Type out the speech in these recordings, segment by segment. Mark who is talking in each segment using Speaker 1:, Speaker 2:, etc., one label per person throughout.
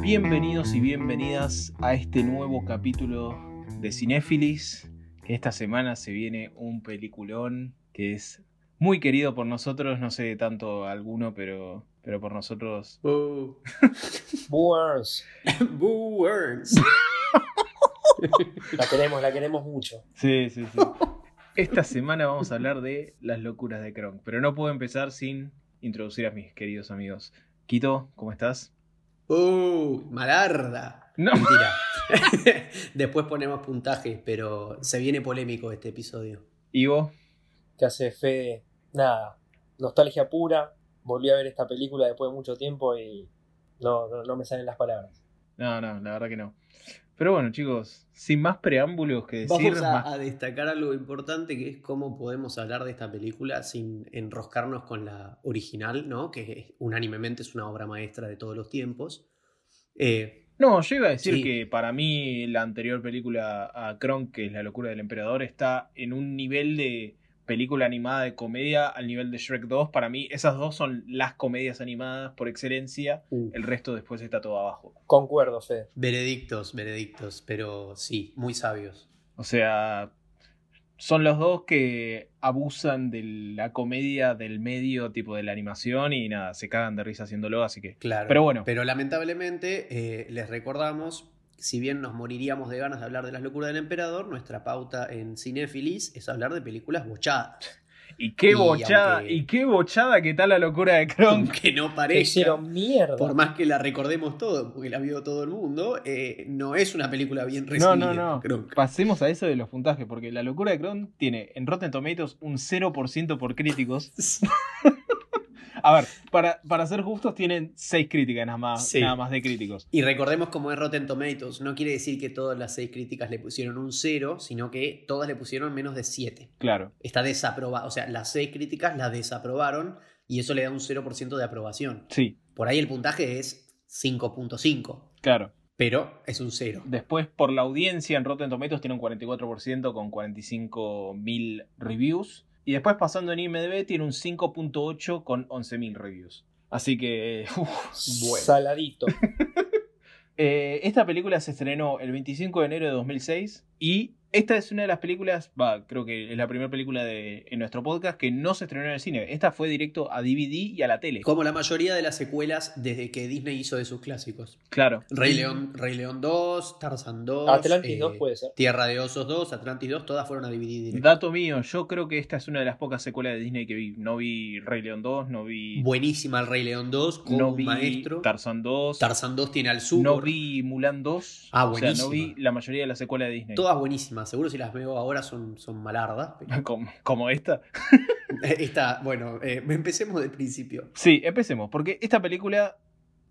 Speaker 1: Bienvenidos y bienvenidas a este nuevo capítulo de Cinéfilis. Que esta semana se viene un peliculón que es muy querido por nosotros, no sé tanto alguno, pero, pero por nosotros.
Speaker 2: Boo.
Speaker 3: Boers.
Speaker 2: Boo words.
Speaker 3: La queremos, la queremos mucho.
Speaker 1: Sí, sí, sí. Esta semana vamos a hablar de las locuras de Kronk, pero no puedo empezar sin introducir a mis queridos amigos. Quito, ¿cómo estás?
Speaker 2: Boo. Oh. Malarda.
Speaker 1: No.
Speaker 2: Mentira. Después ponemos puntajes, pero se viene polémico este episodio.
Speaker 1: Ivo,
Speaker 3: ¿Qué hace Fede? Nada, nostalgia pura. Volví a ver esta película después de mucho tiempo y no, no, no me salen las palabras.
Speaker 1: no, no, la verdad que no. Pero bueno, chicos, sin más preámbulos que decir,
Speaker 2: Vamos
Speaker 1: más-
Speaker 2: a, a destacar algo importante que es cómo podemos hablar de esta película sin enroscarnos con la original, ¿no? Que es- unánimemente es una obra maestra de todos los tiempos. Eh,
Speaker 1: No, yo iba a decir
Speaker 2: Sí.
Speaker 1: que para mí la anterior película a Kronk, que es La locura del emperador, está en un nivel de película animada de comedia al nivel de Shrek 2. Para mí esas dos son las comedias animadas por excelencia.
Speaker 2: uh,
Speaker 1: El resto después está todo abajo.
Speaker 3: Concuerdo, Fede.
Speaker 2: veredictos, veredictos, pero sí, muy sabios.
Speaker 1: O sea, son los dos que abusan de la comedia del medio tipo de la animación y nada, se cagan de risa haciéndolo, así que...
Speaker 2: Claro.
Speaker 1: Pero bueno.
Speaker 2: Pero lamentablemente eh, les recordamos, si bien nos moriríamos de ganas de hablar de las locuras del emperador, nuestra pauta en Cinefilis es hablar de películas bochadas.
Speaker 1: Y qué
Speaker 2: Y
Speaker 1: bochada,
Speaker 2: aunque-
Speaker 1: y qué bochada que tal la locura de Kronk.
Speaker 2: Aunque no
Speaker 3: Te
Speaker 2: parezca.
Speaker 3: hicieron mierda.
Speaker 2: Por más que la recordemos todo, porque la vio todo el mundo, eh, no es una película bien recibida.
Speaker 1: no, no.
Speaker 2: creo.
Speaker 1: Pasemos a eso de los puntajes, porque la locura de Kron tiene en Rotten Tomatoes un 0% por críticos. A ver, para, para ser justos, tienen 6 críticas nada más,
Speaker 2: Sí.
Speaker 1: nada más de críticos.
Speaker 2: Y recordemos cómo es Rotten Tomatoes. No quiere decir que todas las seis críticas le pusieron un cero, sino que todas le pusieron menos de siete.
Speaker 1: Claro.
Speaker 2: Está desaprobada. O sea, las seis críticas la desaprobaron y eso le da un 0% de aprobación.
Speaker 1: Sí,
Speaker 2: Por ahí el puntaje es 5.5,
Speaker 1: claro.
Speaker 2: pero es un cero.
Speaker 1: Después, por la audiencia, en Rotten Tomatoes tiene un 44% con 45.000 reviews. Y después, pasando en IMDb, tiene un 5.8 con 11.000 reviews. Así que, uf, bueno.
Speaker 3: Saladito.
Speaker 1: Eh, esta película se estrenó el 25 de enero de 2006 y esta es una de las películas, va, creo que es la primera película de, en nuestro podcast que no se estrenó en el cine. Esta fue directo a DVD y a la tele.
Speaker 2: Como la mayoría de las secuelas desde que Disney hizo de sus clásicos.
Speaker 1: Claro.
Speaker 2: Rey León, Rey León 2, Tarzan 2,
Speaker 3: Atlantis
Speaker 2: eh,
Speaker 3: 2 puede ser.
Speaker 2: Tierra de Osos 2, Atlantis 2, todas fueron a dividir directo.
Speaker 1: Dato mío, yo creo que esta es una de las pocas secuelas de Disney que vi. No vi Rey León 2, no vi,
Speaker 2: Buenísima el Rey León 2 como
Speaker 1: no
Speaker 2: un
Speaker 1: vi
Speaker 2: maestro.
Speaker 1: Tarzan 2,
Speaker 2: Tarzan 2 tiene al sur.
Speaker 1: no vi Mulan 2.
Speaker 2: Ah,
Speaker 1: o sea, no vi
Speaker 2: buenísima.
Speaker 1: la mayoría de las secuelas de Disney.
Speaker 2: Todas buenísimas. Seguro si las veo ahora son, son malardas. pero-
Speaker 1: Como, como esta.
Speaker 2: Está, bueno, eh, empecemos del principio.
Speaker 1: Sí, empecemos, porque esta película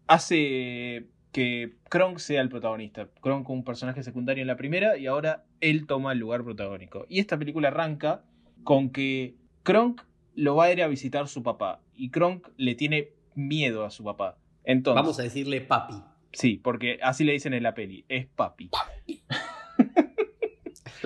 Speaker 1: hace que Kronk sea el protagonista. Kronk un personaje secundario en la primera y ahora él toma el lugar protagónico. Y esta película arranca con que Kronk lo va a ir a visitar su papá y Kronk le tiene miedo a su papá. Entonces,
Speaker 2: Vamos a decirle papi.
Speaker 1: sí, porque así le dicen en la peli, es papi.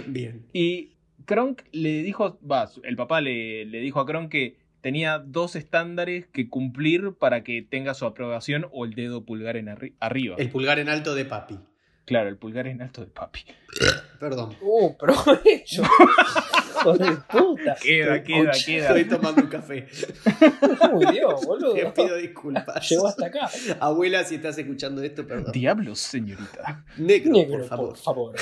Speaker 2: Bien.
Speaker 1: Y Kronk le dijo, va, su- el papá le, le dijo a Kronk que tenía dos estándares que cumplir para que tenga su aprobación o el dedo pulgar en arri- arriba.
Speaker 2: El pulgar en alto de papi.
Speaker 1: Claro, el pulgar en alto de papi.
Speaker 2: Perdón.
Speaker 3: Uh, provecho. Hijo de puta.
Speaker 1: Queda, queda, queda.
Speaker 2: Estoy tomando un café.
Speaker 3: Uy, Dios, boludo.
Speaker 2: Te pido disculpas.
Speaker 3: Llegó hasta acá.
Speaker 2: Abuela, si estás escuchando esto, perdón.
Speaker 1: Diablos, señorita.
Speaker 2: Negro,
Speaker 3: Negro,
Speaker 2: por favor.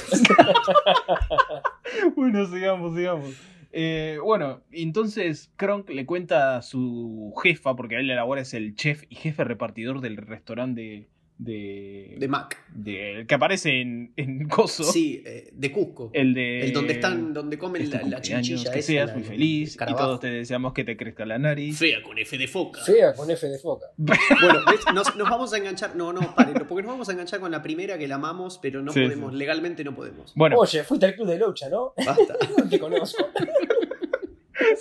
Speaker 1: bueno, sigamos, sigamos. Eh, bueno, entonces Kronk le cuenta a su jefa, porque a él la labor es el chef y jefe repartidor del restaurante de.
Speaker 2: De Mac.
Speaker 1: de- el que aparece en, en Coso.
Speaker 2: Sí, eh, de Cusco. El,
Speaker 1: El de.
Speaker 2: donde están, donde comen
Speaker 1: este
Speaker 2: la, la
Speaker 1: cumpleaños,
Speaker 2: chinchilla.
Speaker 1: Que
Speaker 2: esa,
Speaker 1: seas
Speaker 2: la-
Speaker 1: muy
Speaker 2: el
Speaker 1: feliz y
Speaker 2: escarabajo.
Speaker 1: todos te deseamos que te crezca la nariz.
Speaker 2: Fea con F de foca.
Speaker 3: Fea con F de foca.
Speaker 2: Bueno, ¿ves? Nos, nos vamos a enganchar. No, no, paren, porque nos vamos a enganchar con la primera que la amamos, pero no
Speaker 1: Sí,
Speaker 2: podemos,
Speaker 1: sí.
Speaker 2: legalmente no podemos.
Speaker 1: Bueno,
Speaker 3: Oye, fuiste al club de Lucha, ¿no?
Speaker 2: Basta.
Speaker 3: No te conozco.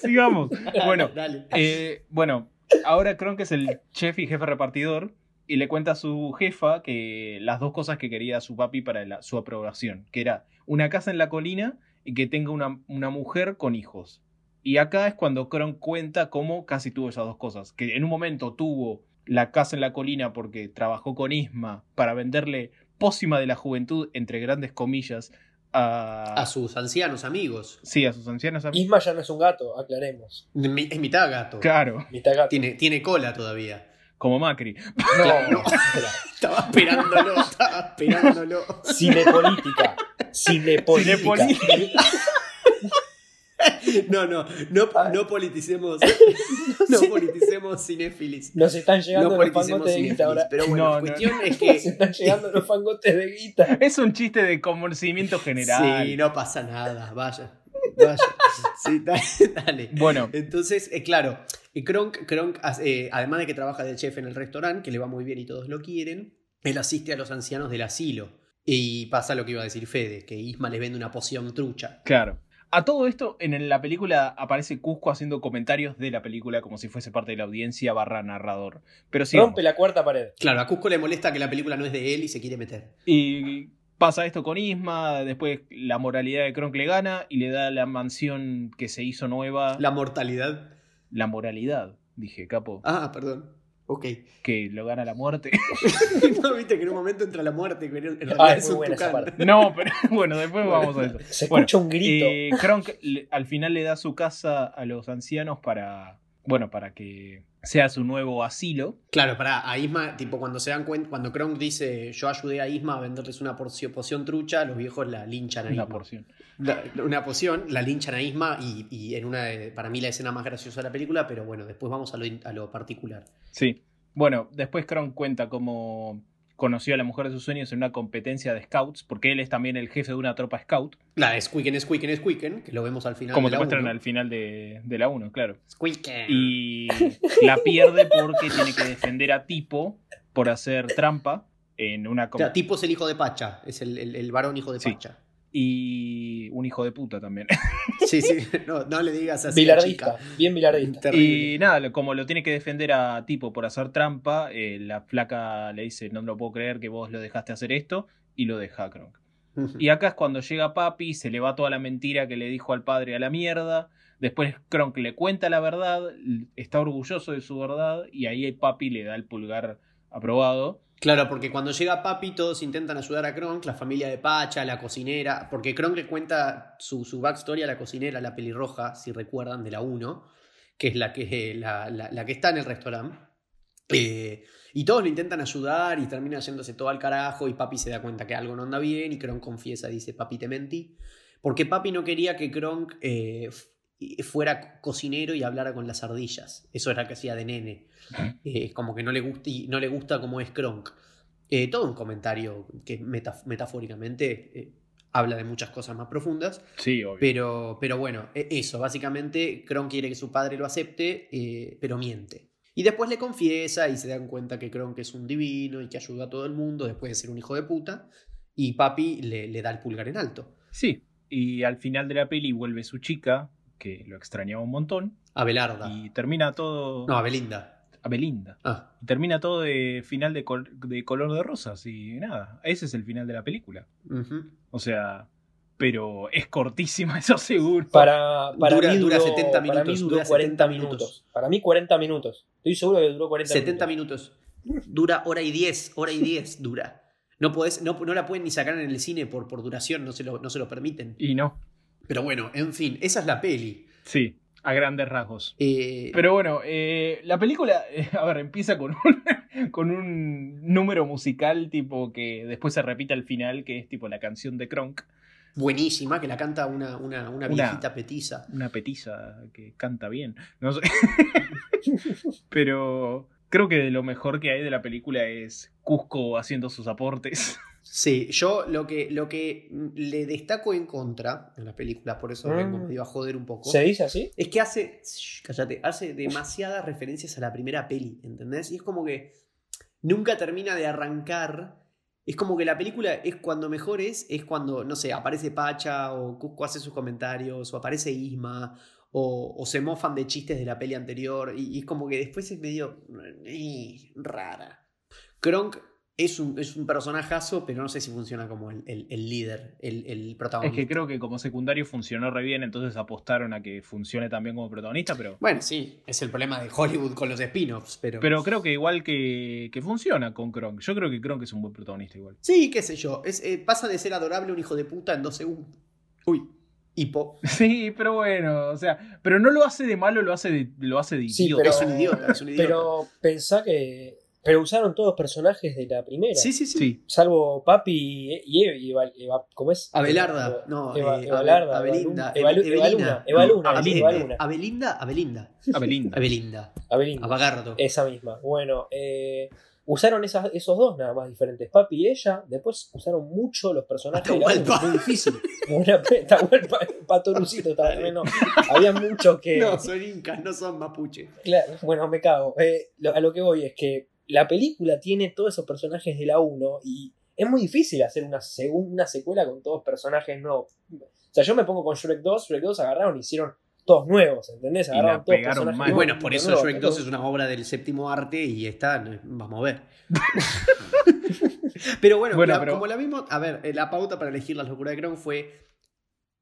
Speaker 1: sigamos. Bueno,
Speaker 2: Dale.
Speaker 1: Eh, bueno, ahora Kronk es el chef y jefe repartidor y le cuenta a su jefa que las dos cosas que quería su papi para la- su aprobación, que era una casa en la colina y que tenga una, una mujer con hijos. Y acá es cuando Kronk cuenta cómo casi tuvo esas dos cosas, que en un momento tuvo la casa en la colina porque trabajó con Isma para venderle pócima de la juventud, entre grandes comillas, a,
Speaker 2: A sus ancianos amigos.
Speaker 1: sí, a sus ancianos amigos.
Speaker 3: Isma ya no es un gato, aclaremos.
Speaker 2: Mi- Es mitad gato.
Speaker 1: Claro,
Speaker 3: Mitad gato.
Speaker 2: Tiene, tiene cola todavía.
Speaker 1: como Macri.
Speaker 3: No, no.
Speaker 2: Estaba esperándolo, estaba esperándolo.
Speaker 3: Cinepolítica. Cinepolítica.
Speaker 1: Cinepolítica.
Speaker 2: No, no, no, no politicemos. No politicemos cinéfilis.
Speaker 3: Nos están
Speaker 2: No
Speaker 3: llegando los
Speaker 2: politicemos
Speaker 3: fangotes de guita
Speaker 2: cinéfilis.
Speaker 3: ahora.
Speaker 2: Pero bueno,
Speaker 1: No,
Speaker 2: la
Speaker 1: no.
Speaker 2: cuestión es
Speaker 3: Nos
Speaker 2: que.
Speaker 3: están llegando los fangotes de guita.
Speaker 1: Es un chiste de conocimiento general.
Speaker 2: Sí, no pasa nada, vaya. Vaya. Sí, dale. dale.
Speaker 1: Bueno,
Speaker 2: Entonces, eh, claro, eh, Kronk, Kronk, as- eh, además de que trabaja de chef en el restaurante, que le va muy bien y todos lo quieren, él asiste a los ancianos del asilo. Y pasa lo que iba a decir Fede, que Isma les vende una poción trucha.
Speaker 1: claro. A todo esto, en la película aparece Cusco haciendo comentarios de la película como si fuese parte de la audiencia barra narrador. Pero sí.
Speaker 3: Rompe la cuarta pared.
Speaker 2: Claro, a Cusco le molesta que la película no es de él y se quiere meter.
Speaker 1: Y pasa esto con Isma, después la moralidad de Kronk le gana y le da la mansión que se hizo nueva. La,
Speaker 2: La mortalidad.
Speaker 1: moralidad, dije, capo,
Speaker 2: Ah, perdón. Ok.
Speaker 1: que lo gana la muerte.
Speaker 2: no, viste que en un momento entra la muerte, pero en realidad
Speaker 3: Ah, es
Speaker 2: es
Speaker 3: muy
Speaker 2: un
Speaker 3: buena esa
Speaker 2: tucán.
Speaker 3: parte.
Speaker 1: No, pero bueno, después vamos a eso.
Speaker 3: Se
Speaker 1: Bueno,
Speaker 3: escucha un grito.
Speaker 1: Eh, Kronk le- al final le da su casa a los ancianos para, bueno, para que sea su nuevo asilo.
Speaker 2: Claro, para a Isma, tipo cuando se dan cuenta, cuando Kronk dice yo ayudé a Isma a venderles una porcio- poción trucha, los viejos la linchan a
Speaker 1: Una
Speaker 2: Isma.
Speaker 1: porción.
Speaker 2: La- una poción, la linchan a Isma y, y en una de- para mí la escena más graciosa de la película, pero bueno, después vamos a lo, in- a lo particular.
Speaker 1: Sí. Bueno, después Kronk cuenta cómo conoció a la mujer de sus sueños en una competencia de scouts, porque él es también el jefe de una tropa scout,
Speaker 2: La Squicken, Squicken, Squicken, que lo vemos al final.
Speaker 1: como
Speaker 2: Ah, de
Speaker 1: te
Speaker 2: la
Speaker 1: muestran
Speaker 2: uno. Ah.
Speaker 1: al final de, de la 1, claro.
Speaker 2: Squicken.
Speaker 1: Y la pierde porque tiene que defender a Tipo por hacer trampa en una
Speaker 2: O sea,
Speaker 1: competencia.
Speaker 2: tipo es el hijo de Pacha, es el, el- el varón hijo de
Speaker 1: Sí.
Speaker 2: Pacha.
Speaker 1: Y un hijo de puta también.
Speaker 2: Sí, sí, no, no le digas así. a la
Speaker 3: Bilardista.
Speaker 2: chica.
Speaker 3: Bien bilardista.
Speaker 2: Terrible.
Speaker 1: Y nada, lo- como lo tiene que defender a tipo por hacer trampa, eh, la flaca le dice, no lo puedo creer que vos lo dejaste hacer esto, y lo deja a Kronk. Y acá es cuando llega Papi, se le va toda la mentira que le dijo al padre a la mierda, después Kronk le cuenta la verdad, l- está orgulloso de su verdad, y ahí Papi le da el pulgar aprobado.
Speaker 2: Claro, porque cuando llega Papi todos intentan ayudar a Kronk, la familia de Pacha, la cocinera, porque Kronk le cuenta su, su backstory a la cocinera, la pelirroja, si recuerdan, de la 1, que es la que, eh, la, la- la que está en el restaurante. Eh, y todos lo intentan ayudar y termina yéndose todo al carajo y Papi se da cuenta que algo no anda bien y Kronk confiesa, dice, Papi, te mentí. Porque Papi no quería que Kronk eh, f- y- fuera cocinero y hablara con las ardillas. Eso era que hacía de nene. Eh, como que no le, gusta y no le gusta como es Kronk. Eh, todo un comentario que metaf- metafóricamente eh, habla de muchas cosas más profundas.
Speaker 1: Sí, obvio.
Speaker 2: Pero, pero bueno, e- eso, básicamente Kronk quiere que su padre lo acepte, eh, pero miente. Y después le confiesa y se dan cuenta que Kronk es un divino y que ayuda a todo el mundo después de ser un hijo de puta. Y papi le, le da el pulgar en alto.
Speaker 1: Sí, y al final de la peli vuelve su chica, que lo extrañaba un montón,
Speaker 2: A Belarda.
Speaker 1: y termina todo...
Speaker 2: Ah. No, a Belinda.
Speaker 1: A Belinda.
Speaker 2: Ah,
Speaker 1: Y termina todo de final de, col- de color de rosas y nada. Ese es el final de la película.
Speaker 2: ujú.
Speaker 1: O sea, pero es cortísima, eso seguro.
Speaker 3: Para, para
Speaker 2: Dura-
Speaker 3: mí
Speaker 2: dura
Speaker 3: duró,
Speaker 2: 70
Speaker 3: para mí
Speaker 2: minutos,
Speaker 3: duró
Speaker 2: dura
Speaker 3: 40
Speaker 2: 70
Speaker 3: minutos.
Speaker 2: minutos.
Speaker 3: Para mí 40 minutos. Estoy seguro que duró 40
Speaker 2: 70
Speaker 3: minutos.
Speaker 2: minutos. Dura hora y 10, hora y 10 dura. No, podés, no, no la pueden ni sacar en el cine por, por duración, no se, lo, no se lo permiten.
Speaker 1: Y no.
Speaker 2: Pero bueno, en fin, esa es la peli.
Speaker 1: Sí, a grandes rasgos.
Speaker 2: Eh,
Speaker 1: Pero bueno, eh, la película, eh, a ver, empieza con un, con un número musical tipo que después se repite al final, que es tipo la canción de Kronk,
Speaker 2: buenísima, que la canta una, una,
Speaker 1: Una-
Speaker 2: una viejita petiza.
Speaker 1: una petiza que canta bien. No sé. Pero creo que de lo mejor que hay de la película es Cusco haciendo sus aportes.
Speaker 2: Sí, yo lo que, lo que le destaco en contra en la película, por eso
Speaker 3: Mm.
Speaker 2: vengo medio a joder un poco.
Speaker 3: ¿Se dice así?
Speaker 2: Es que hace, shh, cállate, hace demasiadas referencias a la primera peli, ¿entendés? Y es como que nunca termina de arrancar. Es como que la película es cuando mejor es, es cuando, no sé, aparece Pacha o Cusco hace sus comentarios o aparece Isma o, o se mofan de chistes de la peli anterior y, y es como que después es medio eh, rara. Kronk es un, es un personajazo, pero no sé si funciona como el, el- el líder, el, el
Speaker 1: Es
Speaker 2: protagonista.
Speaker 1: que creo que como secundario funcionó re bien, entonces apostaron a que funcione también como protagonista, pero,
Speaker 2: Bueno, sí, es el problema de Hollywood con los spin-offs, pero...
Speaker 1: pero creo que igual que, que funciona con Kronk. Yo creo que Kronk es un buen protagonista igual.
Speaker 2: Sí, qué sé yo. Es, eh, pasa de ser adorable un hijo de puta en dos segundos. Uy, hipo.
Speaker 1: Sí, pero bueno, o sea, pero no lo hace de malo, lo hace de, lo hace de
Speaker 3: Sí,
Speaker 1: idiota.
Speaker 3: Pero-
Speaker 2: es un idiota, es un idiota.
Speaker 3: Pero pensá que. Pero usaron todos personajes de la primera.
Speaker 2: Sí, sí, sí.
Speaker 1: Sí,
Speaker 3: Salvo Papi y, y Eva- y Eva- Eva- ¿Cómo es?
Speaker 2: Abelarda, no,
Speaker 3: Eva-
Speaker 2: eh,
Speaker 3: Abelarda,
Speaker 2: Abelinda,
Speaker 3: Eva Lu-
Speaker 2: Eve-
Speaker 3: Eva Lu-
Speaker 2: Evelina. Ah,
Speaker 3: Eva Luna, Eva Luna,
Speaker 1: Abelinda.
Speaker 3: Eva Luna,
Speaker 2: Abelinda, Abelinda.
Speaker 1: Abelinda.
Speaker 2: Abelinda.
Speaker 3: Abelinda.
Speaker 2: Abagardo.
Speaker 3: Esa misma. Bueno, eh, usaron esas, esos dos nada más diferentes, Papi y ella. Después usaron mucho los personajes. de la
Speaker 2: Atahualpa.
Speaker 3: uno, Muy difícil. Como una pe- Atahualpa, Patorucito también. No, había muchos que.
Speaker 2: No, son incas, no son mapuche.
Speaker 3: Claro, bueno, me cago. Eh, lo- a lo que voy es que la película tiene todos esos personajes de la 1 y es muy difícil hacer una, segun- una secuela con todos personajes nuevos. O sea, yo me pongo con Shrek 2, Shrek 2 agarraron y hicieron todos nuevos, ¿entendés?
Speaker 1: Y la
Speaker 3: Agarraron todos
Speaker 1: pegaron
Speaker 3: personajes
Speaker 1: mal.
Speaker 2: Y
Speaker 1: No,
Speaker 3: nuevos,
Speaker 2: bueno, por eso
Speaker 3: nuevos,
Speaker 2: Shrek
Speaker 3: pero-
Speaker 2: 2 es una obra del séptimo arte y está, no, vamos a ver. pero bueno,
Speaker 1: Bueno,
Speaker 2: la-
Speaker 1: pero-
Speaker 2: como la vimos, a ver, eh, la pauta para elegir la locura de Crown fue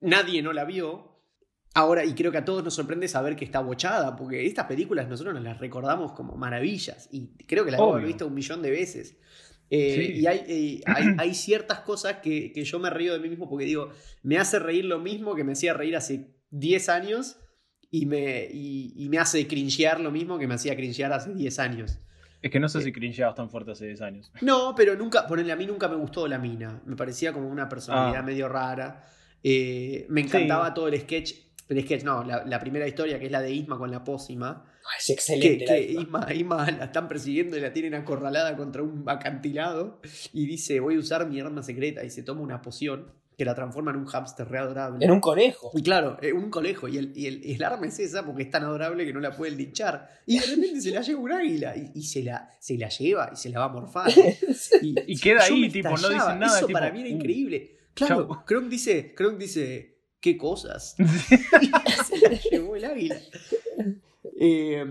Speaker 2: nadie no la vio. Ahora, y creo que a todos nos sorprende saber que está bochada, porque estas películas nosotros nos las recordamos como maravillas, y creo que las hemos
Speaker 1: Obvio.
Speaker 2: visto un millón de veces. Eh,
Speaker 1: Sí.
Speaker 2: Y hay, eh, hay, hay ciertas cosas que, que yo me río de mí mismo porque digo, me hace reír lo mismo que me hacía reír hace 10 años y me, y, y me hace cringear lo mismo que me hacía cringear hace 10 años.
Speaker 1: Es que no sé si cringeabas tan fuerte hace 10 años.
Speaker 2: No, pero nunca, ponele, a mí nunca me gustó la mina. Me parecía como una personalidad
Speaker 1: Ah.
Speaker 2: medio rara. Eh, me encantaba todo el sketch, el sketch no, la, la primera historia que es la de Isma con la pócima.
Speaker 3: Ah, es
Speaker 2: Que,
Speaker 3: excelente. la
Speaker 2: que
Speaker 3: misma.
Speaker 2: Isma, Isma la están persiguiendo y la tienen acorralada contra un acantilado y dice voy a usar mi arma secreta y se toma una poción que la transforma en un hámster readorable.
Speaker 3: En un conejo.
Speaker 2: Y claro, eh, un conejo. Y el, y el- y el arma es esa porque es tan adorable que no la pueden linchar. Y de repente se la lleva un águila y, y se, la, se la lleva y se la va a morfar. Y,
Speaker 1: Y queda
Speaker 2: yo
Speaker 1: ahí,
Speaker 2: me
Speaker 1: tipo, no
Speaker 2: estallaba.
Speaker 1: dicen nada,
Speaker 2: Eso
Speaker 1: tipo,
Speaker 2: para mí era
Speaker 1: uh.
Speaker 2: increíble. Claro,
Speaker 1: Chau.
Speaker 2: Kronk dice, Kronk dice, qué cosas. se la llevó el águila. Eh,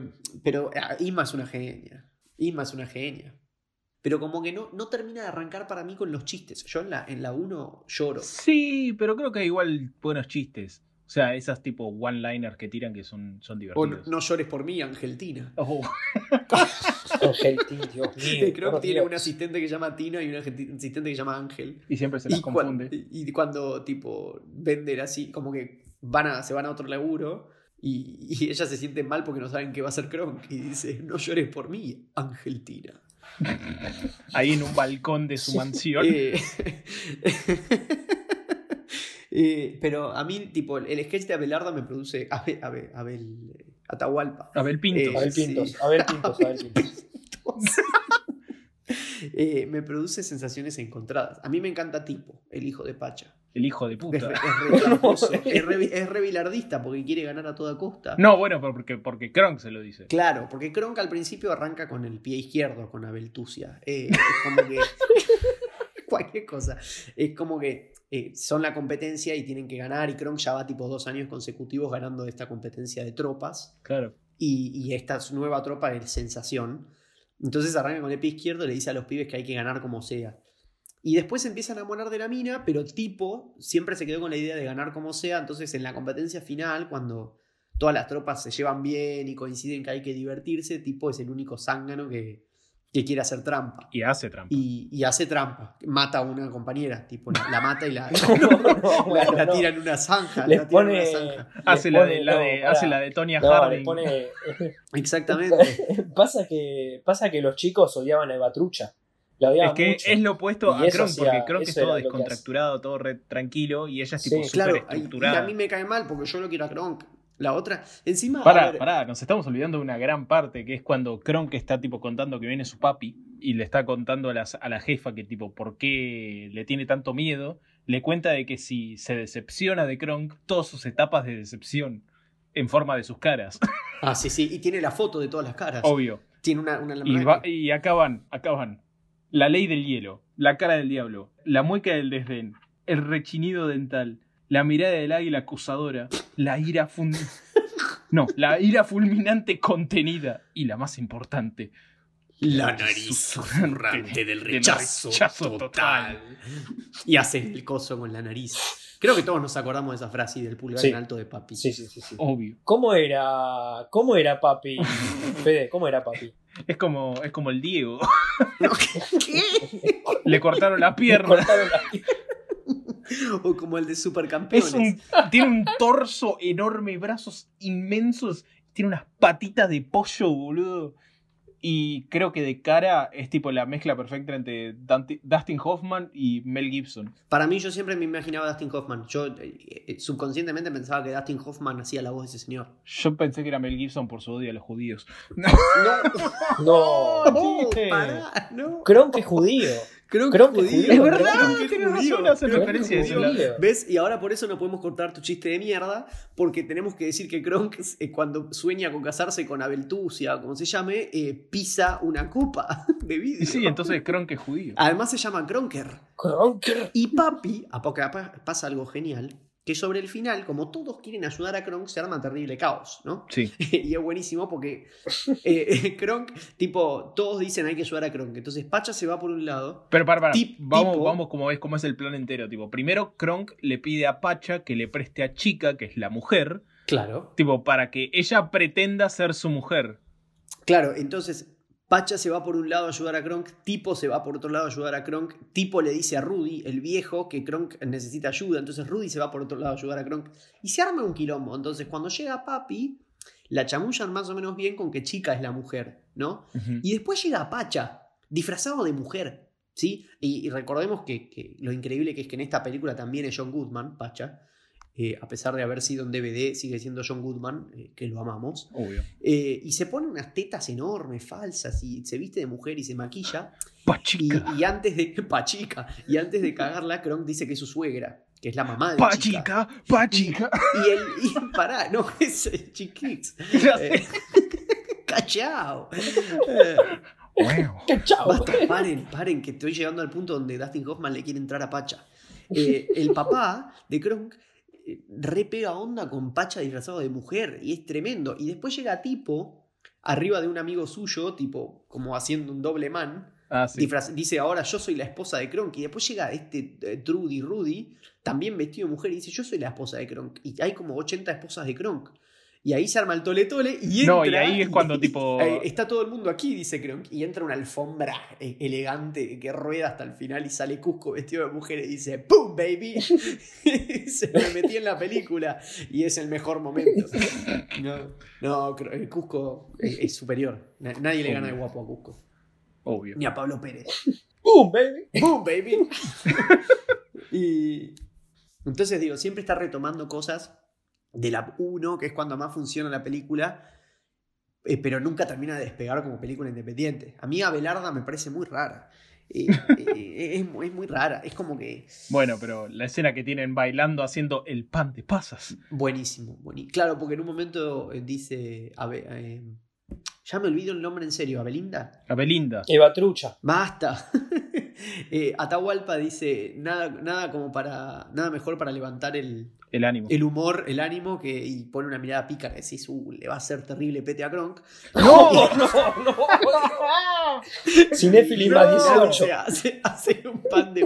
Speaker 2: pero ah, Isma es una genia. Isma es una genia. Pero como que no, no termina de arrancar para mí con los chistes. Yo en la 1 en la uno lloro.
Speaker 1: Sí, pero creo que hay igual buenos chistes. O sea, esas tipo one-liners que tiran que son, son
Speaker 2: O no,
Speaker 1: divertidos.
Speaker 2: no llores por mí, Angeltina.
Speaker 1: Oh,
Speaker 3: Angeltín, Dios mío.
Speaker 2: Creo que
Speaker 3: por
Speaker 2: tiene
Speaker 3: Dios.
Speaker 2: un asistente que se llama Tina y un agenti- asistente que se llama Ángel.
Speaker 1: y siempre se
Speaker 2: Y,
Speaker 1: las
Speaker 2: cuan-
Speaker 1: confunde.
Speaker 2: y cuando tipo venden así, como que van a, se van a otro laburo y, y ellas se sienten mal porque no saben qué va a hacer Kronk. Y dice, no llores por mí, Angeltina.
Speaker 1: Ahí en un balcón de su mansión.
Speaker 2: Eh, eh, pero a mí, tipo, el sketch de Abelarda me produce Abe- Abe- Abel, eh, Atahualpa.
Speaker 1: Abel Pinto.
Speaker 2: eh,
Speaker 3: Abel Pintos,
Speaker 2: sí.
Speaker 3: Abel Pintos, Abel Pintos.
Speaker 2: Eh, me produce sensaciones encontradas. A mí me encanta Tipo, el hijo de Pacha.
Speaker 1: el hijo de
Speaker 2: Es re,
Speaker 1: puta.
Speaker 2: es re tramposo, es re- es re bilardista porque quiere ganar a toda costa.
Speaker 1: No, bueno, porque, porque Kronk se lo dice.
Speaker 2: Claro, porque Kronk al principio arranca con el pie izquierdo, con Abeltucia. Eh, es como que. cualquier cosa. Es como que eh, son la competencia y tienen que ganar. Y Kronk ya va tipo dos años consecutivos ganando esta competencia de tropas.
Speaker 1: Claro.
Speaker 2: Y, y esta nueva tropa es sensación. Entonces arranca con el pie izquierdo y le dice a los pibes que hay que ganar como sea. Y después se empieza a enamorar de la mina, pero tipo siempre se quedó con la idea de ganar como sea. Entonces en la competencia final, cuando todas las tropas se llevan bien y coinciden que hay que divertirse, tipo es el único zángano que, que quiere hacer trampa.
Speaker 1: Y hace trampa.
Speaker 2: Y, y hace trampa, mata a una compañera, tipo la, la mata y la,
Speaker 3: No, no,
Speaker 2: la- la
Speaker 3: no.
Speaker 2: tira en una zanja.
Speaker 3: Les
Speaker 2: la tira en una
Speaker 3: pone.
Speaker 2: zanja.
Speaker 1: hace,
Speaker 3: les
Speaker 1: la
Speaker 3: pone-
Speaker 1: de, la
Speaker 3: no,
Speaker 1: de,
Speaker 3: pará.
Speaker 1: hace la de Tonya
Speaker 3: No, le
Speaker 1: Harding.
Speaker 3: pone.
Speaker 2: Exactamente.
Speaker 3: pasa que pasa que los chicos odiaban a Batrucha. La odiaban
Speaker 1: Es que
Speaker 3: mucho.
Speaker 1: es lo opuesto
Speaker 3: Y
Speaker 1: a
Speaker 3: eso
Speaker 1: Kronk,
Speaker 3: hacía-
Speaker 1: porque Kronk
Speaker 3: eso
Speaker 1: es todo
Speaker 3: era lo que
Speaker 1: descontracturado, todo re tranquilo, y ella es
Speaker 3: Sí,
Speaker 1: tipo súper
Speaker 2: Claro, y- y
Speaker 1: estructurada.
Speaker 2: a mí me cae mal porque yo lo quiero a Kronk. La otra, encima. a
Speaker 1: Pará,
Speaker 2: ver,
Speaker 1: pará, nos estamos olvidando de una gran parte, que es cuando Kronk está tipo contando que viene su papi y le está contando a, las- a la jefa que tipo por qué le tiene tanto miedo, le cuenta de que si se decepciona de Kronk, todas sus etapas de decepción en forma de sus caras,
Speaker 2: Ah, sí, sí. Y tiene la foto de todas las caras.
Speaker 1: obvio.
Speaker 2: Tiene una. una
Speaker 1: Y, va- y acaban, acaban. La ley del hielo, la cara del diablo, la mueca del desdén, el rechinido dental, la mirada del águila acusadora, la ira fun- No, la ira fulminante contenida y la más importante,
Speaker 2: La nariz susurrante del rechazo,
Speaker 1: rechazo
Speaker 2: total. Y hace el coso con la nariz. Creo que todos nos acordamos de esa frase y del pulgar
Speaker 3: Sí.
Speaker 2: en alto de papi.
Speaker 3: Sí, sí, sí. sí.
Speaker 1: Obvio.
Speaker 3: ¿Cómo era, cómo era papi? Fede, ¿cómo era papi?
Speaker 1: Es como, es como el Diego.
Speaker 2: No, ¿Qué?
Speaker 1: Le cortaron la pierna.
Speaker 3: Cortaron la-
Speaker 2: O como el de
Speaker 1: Es
Speaker 2: Supercampeones.
Speaker 1: un, tiene un torso enorme, brazos inmensos. Tiene unas patitas de pollo, boludo. Y creo que de cara es tipo la mezcla perfecta entre Dante- Dustin Hoffman y Mel Gibson.
Speaker 2: Para mí, yo siempre me imaginaba a Dustin Hoffman. Yo eh, eh, subconscientemente pensaba que Dustin Hoffman hacía la voz de ese señor.
Speaker 1: Yo pensé que era Mel Gibson por su odio a los judíos.
Speaker 2: No,
Speaker 3: No.
Speaker 2: no,
Speaker 1: chiste.
Speaker 2: Oh, pará, no.
Speaker 3: Cronk es judío.
Speaker 2: Creo que
Speaker 3: Cronk
Speaker 2: judío,
Speaker 3: es judío.
Speaker 1: Es verdad,
Speaker 2: Cronk es
Speaker 1: tenés
Speaker 2: judío.
Speaker 1: razón, hace
Speaker 2: Cronk es
Speaker 1: referencia a
Speaker 2: judío.
Speaker 1: eso.
Speaker 2: ¿Ves? Y ahora por eso no podemos cortar tu chiste de mierda, porque tenemos que decir que Kronk, eh, cuando sueña con casarse con Abeltusia, o como se llame, eh, pisa una copa de
Speaker 1: Y
Speaker 2: vidrio.
Speaker 1: sí, entonces Kronk es judío.
Speaker 2: Además se llama Kronker.
Speaker 3: Cronk.
Speaker 2: Y Papi, a poco pa- pasa algo genial, que sobre el final, como todos quieren ayudar a Kronk, se arma terrible caos, ¿no?
Speaker 1: Sí.
Speaker 2: y es buenísimo porque eh, Kronk, tipo, todos dicen hay que ayudar a Kronk. Entonces Pacha se va por un lado.
Speaker 1: Pero para, para.
Speaker 2: Tip-
Speaker 1: vamos,
Speaker 2: tipo-
Speaker 1: vamos como es, como es el plan entero. Tipo, primero Kronk le pide a Pacha que le preste a Chica, que es la mujer,
Speaker 2: Claro.
Speaker 1: tipo, para que ella pretenda ser su mujer.
Speaker 2: Claro, entonces Pacha se va por un lado a ayudar a Kronk, Tipo se va por otro lado a ayudar a Kronk, Tipo le dice a Rudy, el viejo, que Kronk necesita ayuda, entonces Rudy se va por otro lado a ayudar a Kronk y se arma un quilombo. Entonces cuando llega Papi, la chamullan más o menos bien con que chica es la mujer, ¿no? Y después llega Pacha, disfrazado de mujer, ¿sí? Y, y recordemos que, que lo increíble que es que en esta película también es John Goodman, Pacha. eh, a pesar de haber sido en DVD, sigue siendo John Goodman, eh, que lo amamos.
Speaker 1: Obvio.
Speaker 2: Eh, y se pone unas tetas enormes, falsas, y se viste de mujer y se maquilla. Y,
Speaker 1: Pachica.
Speaker 2: y antes de. Pachica. Y antes de cagarla, Kronk dice que es su suegra, que es la mamá de Chica.
Speaker 1: Pachica, Pachica.
Speaker 2: Y él. Y, pará, no, es eh, Chiquix.
Speaker 1: Ya sé.
Speaker 2: Eh, Cachao. Eh,
Speaker 1: Wow.
Speaker 3: Chao.
Speaker 2: Basta, paren, paren, que estoy llegando al punto donde Dustin Hoffman le quiere entrar a Pacha. Eh, el papá de Kronk eh, re pega onda con Pacha disfrazado de mujer y es tremendo. Y después llega tipo arriba de un amigo suyo, tipo como haciendo un doble man.
Speaker 1: Ah, sí.
Speaker 2: disfraz- dice ahora yo soy la esposa de Kronk. Y después llega este eh, Trudy Rudy, también vestido de mujer, y dice yo soy la esposa de Kronk. Y hay como 80 esposas de Kronk. Y ahí se arma el tole tole y entra.
Speaker 1: No, y ahí es cuando, tipo-
Speaker 2: Eh, Está todo el mundo aquí, dice Kronk. Y entra una alfombra eh, elegante que rueda hasta el final y sale Cusco vestido de mujer y dice ¡Pum, baby! se me metí en la película y es el mejor momento. No, no Cro- eh, Cusco es, es superior. Na- nadie le gana de guapo a Cusco.
Speaker 1: Obvio.
Speaker 2: Ni a Pablo Pérez.
Speaker 3: Boom, baby.
Speaker 2: ¡Boom, baby! y entonces digo, siempre está retomando cosas de la 1, que es cuando más funciona la película, eh, pero nunca termina de despegar como película independiente. A mí Abelarda me parece muy rara. Eh, eh, es, mu- es muy rara. Es como que
Speaker 1: Bueno, pero la escena que tienen bailando haciendo el pan de pasas.
Speaker 2: buenísimo. bueni- Claro, porque en un momento eh, dice... Abe- eh, ya me olvido el nombre en serio, Abelinda.
Speaker 1: A Belinda.
Speaker 3: Eva Trucha.
Speaker 2: Basta. Eh, Atahualpa dice nada, nada como para. nada mejor para levantar el,
Speaker 1: El ánimo.
Speaker 2: el humor, el ánimo, que, y pone una mirada pícara y decís, uh, le va a hacer terrible pete a Kronk.
Speaker 3: No, no, no. Cinéfili
Speaker 2: No,
Speaker 3: más
Speaker 2: se
Speaker 3: 18.
Speaker 2: hace, hace un pan de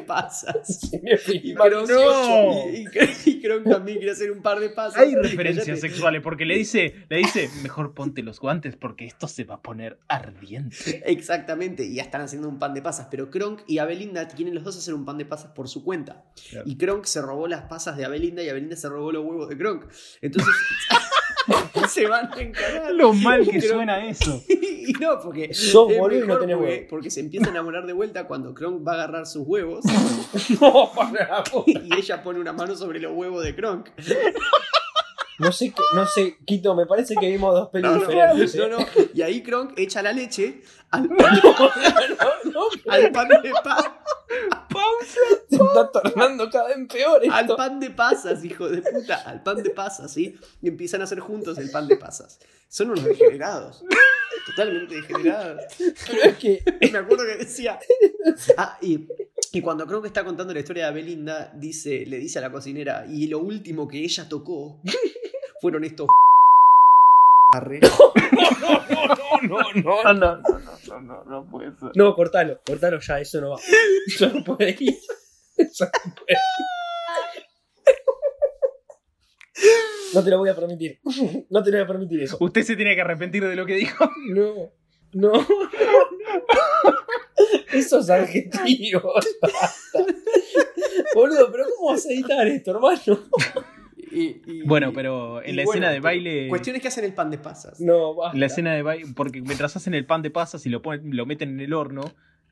Speaker 2: pasas.
Speaker 3: Cinéfili
Speaker 2: Y
Speaker 3: más
Speaker 2: Kronk,
Speaker 1: no.
Speaker 2: y- y- y Kronk también quiere hacer un par de pasas.
Speaker 1: Hay referencias eh.
Speaker 2: Cállate.
Speaker 1: sexuales porque le dice, le dice, mejor ponte los guantes porque esto se va a poner ardiente.
Speaker 2: Exactamente, y ya están haciendo un pan de pasas, pero Kronk y Abelinda quieren los dos hacer un pan de pasas por su cuenta.
Speaker 1: Claro.
Speaker 2: Y Kronk se robó las pasas de Abelinda y Abelinda se robó los huevos de Kronk. Entonces se van a encarar.
Speaker 1: Lo mal que
Speaker 2: Pero-
Speaker 1: suena eso.
Speaker 2: Y no, porque
Speaker 3: Sos
Speaker 2: es
Speaker 3: boludo y no
Speaker 2: mejor
Speaker 3: tenés
Speaker 2: porque,
Speaker 3: huevo.
Speaker 2: porque se empieza a enamorar de vuelta cuando Kronk va a agarrar sus huevos
Speaker 3: No, para vos.
Speaker 2: y ella pone una mano sobre los huevos de Kronk.
Speaker 3: No sé, qué- no sé, Quito, me parece que vimos dos
Speaker 2: No,
Speaker 3: pelis
Speaker 2: no,
Speaker 3: diferentes.
Speaker 2: no,
Speaker 3: ¿eh?
Speaker 2: no. Y ahí Kronk echa la leche al,
Speaker 3: No, no,
Speaker 2: al pan de pasas.
Speaker 3: se está tornando cada vez peor esto.
Speaker 2: Al pan de pasas, hijo de puta. Al pan de pasas, ¿sí? Y empiezan a hacer juntos el pan de pasas. Son unos degenerados. Totalmente degenerados.
Speaker 3: Pero es que
Speaker 2: Me acuerdo que decía. Ah, y, y cuando creo que está contando la historia de Belinda, dice, le dice a la cocinera, y lo último que ella tocó fueron estos. Arre.
Speaker 3: No, no, no,
Speaker 1: No,
Speaker 3: no, no,
Speaker 1: no, no, no, no, no puede ser.
Speaker 3: No, cortalo, cortalo ya, eso no va. Eso no puede ir. Eso no puede ir. No te lo voy a permitir. No te lo voy a permitir eso.
Speaker 1: Usted se tiene que arrepentir de lo que dijo.
Speaker 3: No, no. Esos adjetivos. basta. Boludo, pero ¿cómo vas a editar esto, hermano?
Speaker 2: Y- y-
Speaker 1: Bueno, pero en
Speaker 2: y
Speaker 1: la
Speaker 2: bueno,
Speaker 1: escena de
Speaker 2: pero
Speaker 1: baile.
Speaker 2: Cuestiones que hacen el pan de pasas.
Speaker 3: No, basta.
Speaker 1: La escena de baile, porque mientras hacen el pan de pasas y lo, ponen, lo meten en el horno,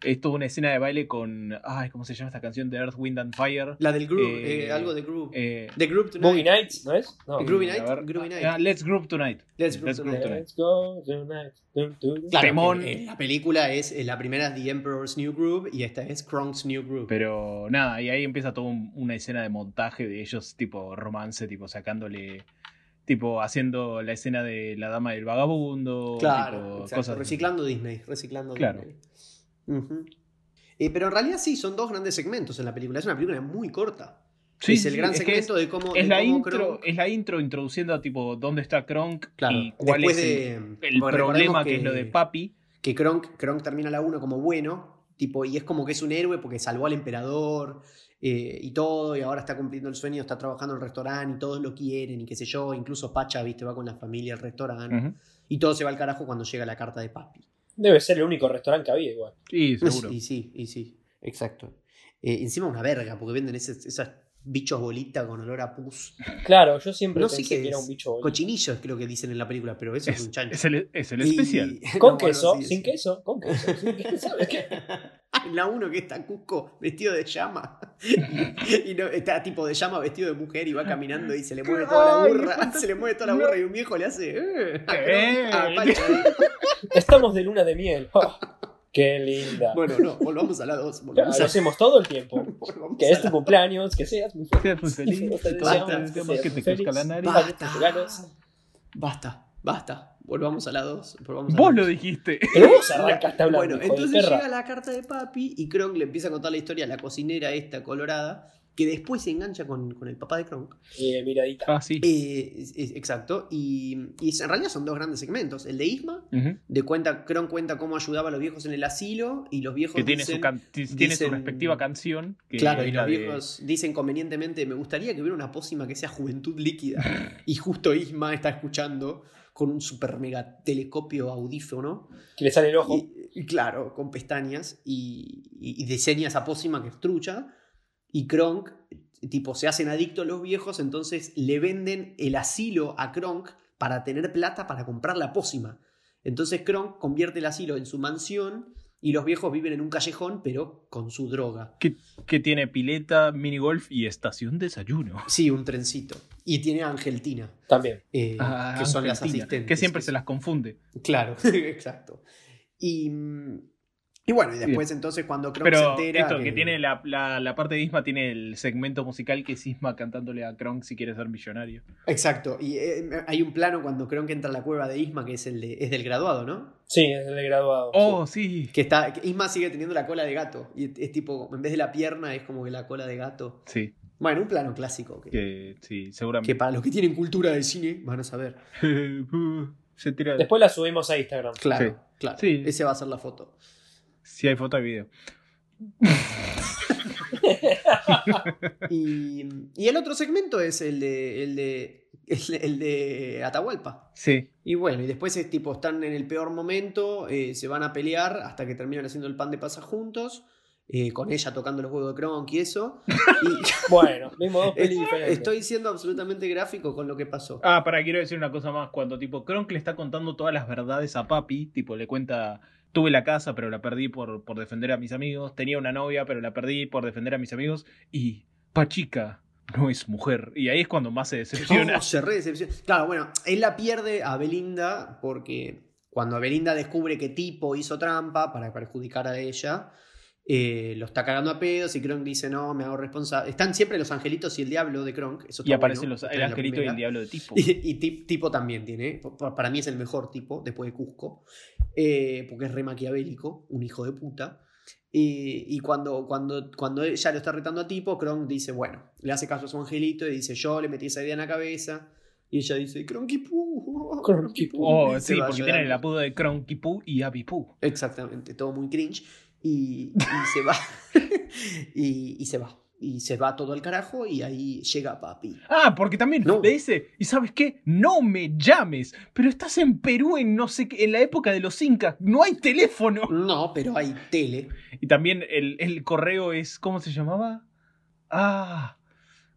Speaker 1: es toda una escena de baile con. Ay, ¿cómo se llama esta canción de Earth, Wind and Fire?
Speaker 2: La del group,
Speaker 1: Eh,
Speaker 2: eh, algo de group.
Speaker 1: Eh,
Speaker 2: The group
Speaker 3: Boogie
Speaker 2: tonight.
Speaker 3: Nights, ¿no es? No.
Speaker 2: Groovy
Speaker 1: eh, a
Speaker 2: Night,
Speaker 1: ver.
Speaker 2: Groovy Night.
Speaker 1: Ah, let's Group Tonight.
Speaker 2: Let's Group Tonight.
Speaker 3: Let's go tonight. Dun, dun.
Speaker 2: Claro,
Speaker 1: Temón.
Speaker 2: eh, la película es, eh, la primera es The Emperor's New Groove y esta es Kronk's New Groove.
Speaker 1: Pero nada, y ahí empieza toda un- una escena de montaje de ellos, tipo romance, tipo sacándole. Tipo haciendo la escena de la dama del vagabundo.
Speaker 2: claro,
Speaker 1: tipo,
Speaker 2: exacto,
Speaker 1: cosas así.
Speaker 2: reciclando Disney, reciclando
Speaker 1: Claro.
Speaker 2: Disney. Ujú. Eh, pero en realidad sí, son dos grandes segmentos en la película. Es una película muy corta.
Speaker 1: Sí,
Speaker 2: es el
Speaker 1: sí,
Speaker 2: gran
Speaker 1: es que es-
Speaker 2: segmento de cómo.
Speaker 1: Es
Speaker 2: de
Speaker 1: la,
Speaker 2: cómo
Speaker 1: intro,
Speaker 2: Kronk-
Speaker 1: es la intro introduciendo a tipo dónde está Kronk
Speaker 2: claro,
Speaker 1: y cuál
Speaker 2: después
Speaker 1: es el,
Speaker 2: de-
Speaker 1: el
Speaker 2: porque recordemos
Speaker 1: problema que... es lo de Papi.
Speaker 2: que Kronk, Kronk termina la 1 como bueno, tipo, y es como que es un héroe porque salvó al emperador eh, y todo, y ahora está cumpliendo el sueño, está trabajando en el restaurante y todos lo quieren y qué sé yo, incluso Pacha, viste, va con la familia al restaurante
Speaker 1: Ujú.
Speaker 2: y todo se va al carajo cuando llega la carta de papi.
Speaker 3: Debe ser el único restaurante que había igual.
Speaker 1: Sí, seguro.
Speaker 2: Y sí, y sí, exacto. Eh, encima una verga, porque venden ese- esas bichos bolita con olor a pus.
Speaker 3: Claro, yo siempre
Speaker 2: No sé
Speaker 3: pensé
Speaker 2: qué
Speaker 3: que era
Speaker 2: es.
Speaker 3: un bicho boludo.
Speaker 2: Cochinillos creo que dicen en la película, pero eso es,
Speaker 1: Es,
Speaker 2: un chancho.
Speaker 1: es el, es el
Speaker 2: Y-
Speaker 1: especial.
Speaker 3: Con
Speaker 2: No, bueno,
Speaker 3: queso,
Speaker 2: sí,
Speaker 3: sin
Speaker 2: sí.
Speaker 3: queso, con queso, sin queso. ¿sabes qué?
Speaker 2: Ay, La uno que está Cusco vestido de llama. Y, y no, está tipo de llama vestido de mujer y va caminando y se le mueve toda la
Speaker 1: Ay,
Speaker 2: burra. Se le mueve toda la
Speaker 1: no.
Speaker 2: burra y un viejo le hace. "Eh", a
Speaker 1: Eh.
Speaker 2: Cron- a Pacha.
Speaker 3: Estamos de luna de miel. Oh, qué linda.
Speaker 2: Bueno, no, volvamos a la dos.
Speaker 3: Claro,
Speaker 2: Volvamos
Speaker 3: lo
Speaker 2: a,
Speaker 3: hacemos todo el tiempo.
Speaker 2: volvamos
Speaker 3: Que
Speaker 2: a
Speaker 3: es
Speaker 2: la-
Speaker 3: tu cumpleaños, que seas muy feliz.
Speaker 1: Seas muy pues, feliz,
Speaker 3: que
Speaker 1: que
Speaker 3: te
Speaker 1: te
Speaker 2: basta,
Speaker 3: deseamos,
Speaker 1: que
Speaker 3: seas
Speaker 1: te
Speaker 3: muy
Speaker 1: crezca
Speaker 3: feliz.
Speaker 1: la nariz.
Speaker 3: Pagas tus
Speaker 2: Basta.
Speaker 3: regalos.
Speaker 2: Basta, basta. Volvamos a la dos. Volvamos a la
Speaker 1: Vos
Speaker 2: dos.
Speaker 1: lo dijiste.
Speaker 3: Pero vos arrancaste hablando,
Speaker 2: Bueno,
Speaker 3: hijo de
Speaker 2: entonces
Speaker 3: perra.
Speaker 2: llega la carta de papi y Kronk le empieza a contar la historia a la cocinera esta colorada, que después se engancha con, con el papá de Kronk.
Speaker 3: Eh, miradita.
Speaker 1: Ah, sí.
Speaker 2: Eh, es- es- exacto, y, y es- en realidad son dos grandes segmentos. El de Isma,
Speaker 1: Ujú.
Speaker 2: de cuenta, Kron cuenta cómo ayudaba a los viejos en el asilo, y los viejos
Speaker 1: Que tiene,
Speaker 2: dicen-
Speaker 1: su, can- ti- tiene su
Speaker 2: dicen-
Speaker 1: respectiva canción. Que
Speaker 2: Claro,
Speaker 1: es
Speaker 2: y
Speaker 1: la
Speaker 2: los
Speaker 1: de-
Speaker 2: viejos dicen convenientemente, me gustaría que hubiera una pócima que sea juventud líquida. y justo Isma está escuchando con un super mega telescopio audífono,
Speaker 3: Que le sale el ojo.
Speaker 2: y, y claro, con pestañas, y, y- y diseña esa pócima que es trucha, y Kronk, tipo, se hacen adictos los viejos, entonces le venden el asilo a Kronk para tener plata para comprar la pócima. Entonces Kronk convierte el asilo en su mansión y los viejos viven en un callejón, pero con su droga.
Speaker 1: Que tiene pileta, minigolf y estación desayuno.
Speaker 2: Sí, un trencito. Y tiene a Angeltina,
Speaker 3: También.
Speaker 2: eh,
Speaker 1: Ah,
Speaker 2: que son las
Speaker 1: Argentina,
Speaker 2: asistentes.
Speaker 1: Que siempre se las confunde.
Speaker 2: Claro, exacto. Y, mm, y bueno, y después entonces cuando Kronk se
Speaker 1: Pero
Speaker 2: entera...
Speaker 1: esto, que, tiene la, la- la parte de Isma, tiene el segmento musical que es Isma cantándole a Kronk si quiere ser millonario.
Speaker 2: Exacto, y eh, hay un plano cuando Kronk entra a la cueva de Isma, que es el de- es del graduado, ¿no?
Speaker 3: Sí, es el graduado.
Speaker 1: Oh, sí.
Speaker 2: Que está, que Isma sigue teniendo la cola de gato, y es tipo, en vez de la pierna es como que la cola de gato.
Speaker 1: Sí,
Speaker 2: Bueno, un plano clásico, que,
Speaker 1: que, sí seguramente.
Speaker 2: que para los que tienen cultura de cine van a saber.
Speaker 1: Se tira.
Speaker 3: sí. Después la subimos a Instagram.
Speaker 2: Claro,
Speaker 1: Sí.
Speaker 2: claro,
Speaker 1: Sí.
Speaker 2: ese va a ser la foto.
Speaker 1: Si hay foto y video.
Speaker 2: Y, y el otro segmento es el de, el de, el de- el de Atahualpa.
Speaker 1: Sí.
Speaker 2: Y bueno, y después es tipo, están en el peor momento, eh, se van a pelear hasta que terminan haciendo el pan de pasa juntos, eh, con ella tocando los huevos de Kronk y eso. Y
Speaker 3: Bueno, vimos dos
Speaker 2: es-
Speaker 3: pelis diferentes.
Speaker 2: estoy siendo absolutamente gráfico con lo que pasó.
Speaker 1: Ah, para, quiero decir una cosa más. Cuando tipo Kronk le está contando todas las verdades a papi, tipo le cuenta, tuve la casa, pero la perdí por, por defender a mis amigos, tenía una novia, pero la perdí por defender a mis amigos, y Pachica no es mujer. Y ahí es cuando más se decepciona.
Speaker 2: Oh, se re decepciona. Claro, bueno, él la pierde a Belinda porque cuando Belinda descubre que tipo hizo trampa para perjudicar a ella, eh, lo está cagando a pedos y Kronk dice, no, me hago responsable. Están siempre los angelitos y el diablo de Kronk. Eso
Speaker 1: y
Speaker 2: está
Speaker 1: aparecen
Speaker 2: bueno,
Speaker 1: los,
Speaker 2: está
Speaker 1: el
Speaker 2: en la
Speaker 1: angelito y
Speaker 2: primera.
Speaker 1: el diablo de tipo.
Speaker 2: Y, y Tip- tipo también tiene, ¿eh? Pa- para mí es el mejor tipo después de Cusco, eh, porque es re maquiavélico, un hijo de puta. Y, y cuando, cuando, cuando ella lo está retando a tipo, Kronk dice, bueno, le hace caso a su angelito y dice, yo le metí esa idea en la cabeza. Y ella dice, Cronkipu.
Speaker 3: Cronkipu.
Speaker 1: Oh,
Speaker 2: y se
Speaker 1: sí,
Speaker 2: va
Speaker 1: porque
Speaker 2: llorando.
Speaker 1: tienen el apodo de Cronkipu y Abipu.
Speaker 2: Exactamente, todo muy cringe. Y, y se va. y, y se va. Y se va todo al carajo y ahí llega papi.
Speaker 1: Ah, porque también
Speaker 2: No.
Speaker 1: le dice, ¿y sabes qué? No me llames, pero estás en Perú en no sé qué, en la época de los incas, no hay teléfono.
Speaker 2: No, pero hay tele.
Speaker 1: Y también el, el correo es, ¿cómo se llamaba? Ah,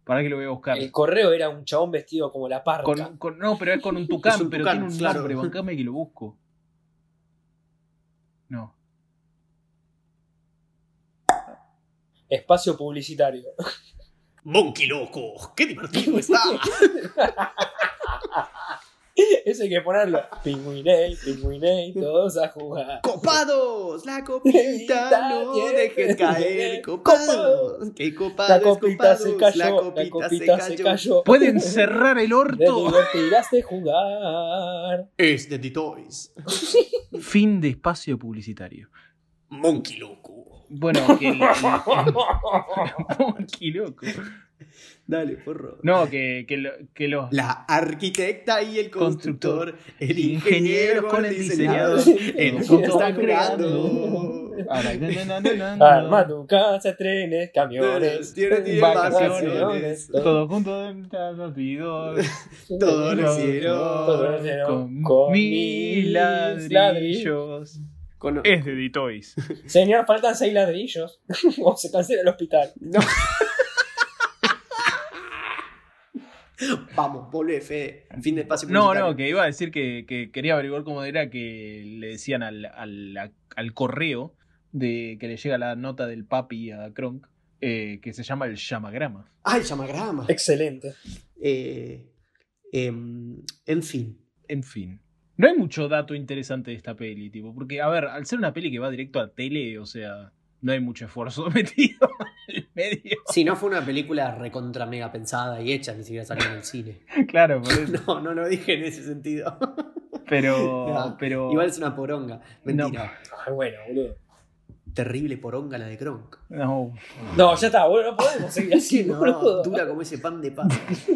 Speaker 1: para que lo voy a buscar.
Speaker 3: El correo era un chabón vestido como la parca.
Speaker 1: Con, con- no, pero es con un tucán,
Speaker 2: Es un
Speaker 1: pero
Speaker 2: tucán,
Speaker 1: tiene un
Speaker 2: claro.
Speaker 1: nombre, bancame que lo busco. No.
Speaker 3: Espacio publicitario.
Speaker 2: Monkey loco, qué divertido está.
Speaker 3: Eso hay que ponerlo. Pingüinei, pingüinei, todos a jugar.
Speaker 2: Copados, la copita no
Speaker 3: Bien.
Speaker 2: dejes caer. Copados, qué copados,
Speaker 3: La copita
Speaker 2: copados,
Speaker 3: se cayó,
Speaker 2: la copita, se cayó.
Speaker 1: Pueden cerrar el
Speaker 3: Te
Speaker 1: orto.
Speaker 3: divertirás de jugar.
Speaker 2: Es de The Toys.
Speaker 1: Fin de espacio publicitario.
Speaker 2: Monkey loco.
Speaker 1: Bueno, que el- Monkey loco.
Speaker 2: Dale, porro.
Speaker 1: No, que, que, lo- que los.
Speaker 2: La arquitecta y el constructor, el
Speaker 1: ingeniero
Speaker 2: ingeniero con el diseñador, el
Speaker 1: juntos
Speaker 2: juntos están
Speaker 1: están
Speaker 2: creando. Ah,
Speaker 1: Ahora, na, na, na, na, na.
Speaker 3: Armando casas, trenes, camiones.
Speaker 2: Tiene- tiene vacaciones.
Speaker 3: Todo.
Speaker 1: Todos juntos en el olvido.
Speaker 2: Todo lo
Speaker 3: Todo lo
Speaker 2: hicieron.
Speaker 3: hicieron
Speaker 1: Con,
Speaker 3: con
Speaker 1: mil ladrillos. Este
Speaker 2: Con-
Speaker 1: Es de Ditoys.
Speaker 3: Señor, faltan seis ladrillos. o se cancela el hospital.
Speaker 2: Vamos, volvé, Fede. Fin de espacio
Speaker 1: No,
Speaker 2: publicitario.
Speaker 1: no, que iba a decir que, que quería averiguar cómo era que le decían al, al, al correo de que le llega la nota del papi a Kronk, eh, que se llama el llamagrama.
Speaker 2: Ay, llamagrama.
Speaker 3: Excelente.
Speaker 2: Eh, em, en fin.
Speaker 1: En fin. No hay mucho dato interesante de esta peli, tipo, porque, a ver, al ser una peli que va directo a tele, o sea, no hay mucho esfuerzo metido en el medio.
Speaker 2: Si no fue una película recontra mega pensada y hecha, ni siquiera salió en el cine.
Speaker 1: Claro, por eso.
Speaker 2: No, no lo dije en ese sentido.
Speaker 1: Pero.
Speaker 2: No,
Speaker 1: pero
Speaker 2: Igual es una poronga. Mentira.
Speaker 3: Ay, bueno, boludo.
Speaker 2: Terrible poronga la de Kronk.
Speaker 1: No.
Speaker 3: No, ya está, boludo. No podemos seguir así,
Speaker 2: Sí, no,
Speaker 3: boludo.
Speaker 2: dura como ese pan de pan.